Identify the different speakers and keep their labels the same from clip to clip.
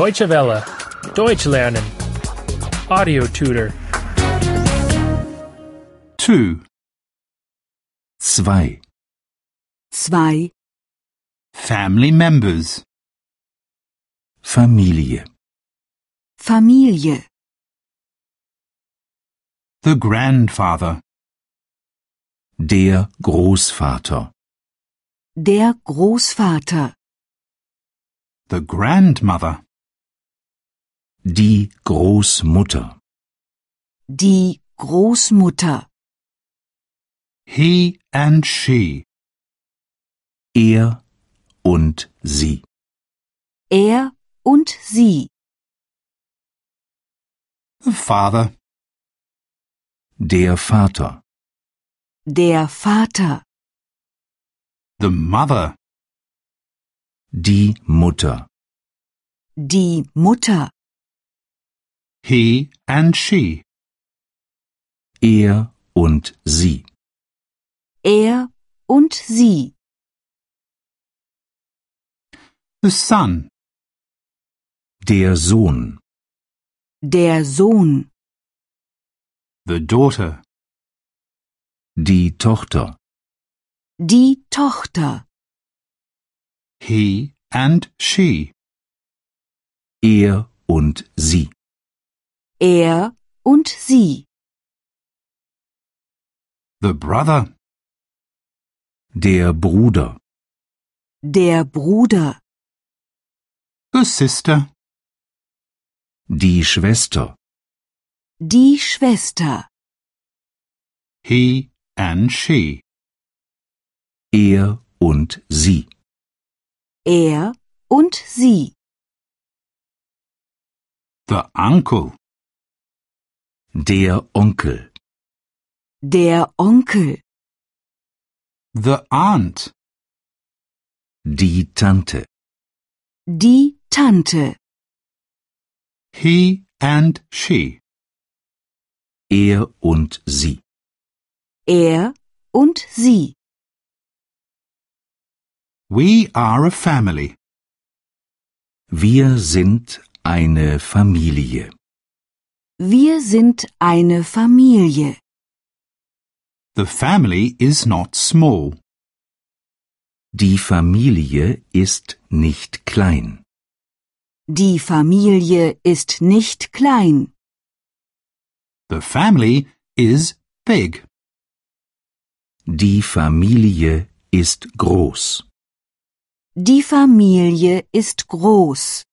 Speaker 1: Deutsche Welle. Deutsch lernen. Audio tutor.
Speaker 2: 2.
Speaker 3: 2.
Speaker 4: 2.
Speaker 2: Family members.
Speaker 3: Familie.
Speaker 4: Familie.
Speaker 2: The grandfather.
Speaker 3: Der Großvater.
Speaker 4: Der Großvater.
Speaker 2: The grandmother.
Speaker 3: Die Großmutter.
Speaker 4: Die Großmutter.
Speaker 2: He and she.
Speaker 3: Er und sie.
Speaker 4: Er und sie.
Speaker 2: The father.
Speaker 3: Der Vater.
Speaker 4: Der Vater.
Speaker 2: The mother.
Speaker 3: Die Mutter.
Speaker 4: Die Mutter.
Speaker 2: He and she.
Speaker 3: Er und sie.
Speaker 4: Er und sie.
Speaker 2: The son.
Speaker 3: Der Sohn.
Speaker 4: Der Sohn.
Speaker 2: The daughter.
Speaker 3: Die Tochter.
Speaker 4: Die Tochter.
Speaker 2: He and she.
Speaker 3: Er und sie.
Speaker 4: Er und sie.
Speaker 2: The brother.
Speaker 3: Der Bruder.
Speaker 4: Der Bruder.
Speaker 2: The sister.
Speaker 3: Die Schwester.
Speaker 4: Die Schwester.
Speaker 2: He and she.
Speaker 3: Er und sie.
Speaker 4: Er und sie.
Speaker 2: The uncle.
Speaker 3: Der Onkel.
Speaker 4: Der Onkel.
Speaker 2: The aunt.
Speaker 3: Die Tante.
Speaker 4: Die Tante.
Speaker 2: He and she.
Speaker 3: Er und sie.
Speaker 4: Er und sie.
Speaker 2: We are a family.
Speaker 3: Wir sind eine Familie.
Speaker 4: Wir sind eine Familie.
Speaker 2: The family is not small.
Speaker 3: Die Familie ist nicht klein.
Speaker 4: Die Familie ist nicht klein.
Speaker 2: The family is big.
Speaker 3: Die Familie ist groß.
Speaker 4: Die Familie ist groß.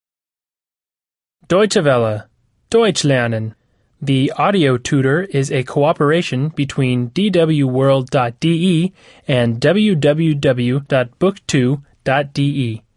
Speaker 1: Deutsche Welle. Deutsch lernen. The audio tutor is a cooperation between E dwworld.de and www.book2.de.